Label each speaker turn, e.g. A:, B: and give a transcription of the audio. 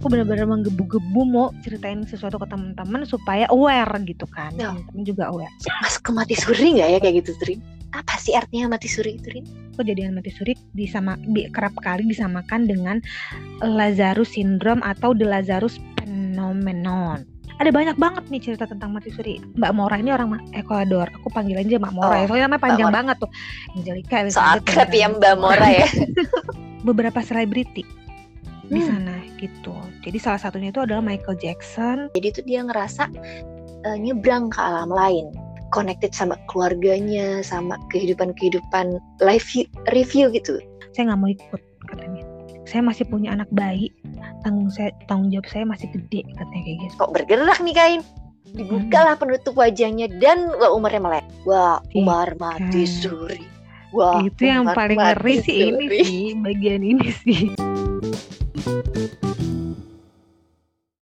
A: aku benar-benar menggebu-gebu mau ceritain sesuatu ke teman-teman supaya aware gitu kan.
B: Ya.
A: Teman-teman juga aware.
B: Masuk ke mati suri nggak ya kayak gitu, Trin? Apa sih artinya mati suri itu, Rin?
A: Kejadian mati suri disama di- kerap kali disamakan dengan Lazarus syndrome atau the Lazarus phenomenon. Ada banyak banget nih cerita tentang mati suri. Mbak Mora ini orang Ekuador. Aku panggil aja Mbak Mora
B: Oh,
A: ya. Soalnya namanya panjang
B: Mora.
A: banget tuh. Angelica,
B: So
A: Elizabeth,
B: akrab ya
A: Mora.
B: Mbak Mora ya.
A: Beberapa selebriti di
B: Hmm.
A: sana gitu. Jadi salah satunya itu adalah Michael Jackson.
B: Jadi itu dia ngerasa eh, nyebrang ke alam lain, connected sama keluarganya, sama kehidupan-kehidupan live view- review gitu.
A: Saya nggak mau ikut katanya. Saya masih punya anak bayi. Tanggung saya tanggung jawab saya masih gede katanya kayak gitu.
B: Kok bergerak nih kain? Dibukalah penutup wajahnya dan wah umarnya melek. Wah, Umar mati
A: Iya.
B: suri. Wah,
A: itu yang
B: Umar
A: paling
B: mati
A: ngeri sih ini
B: suri.
A: sih bagian ini sih.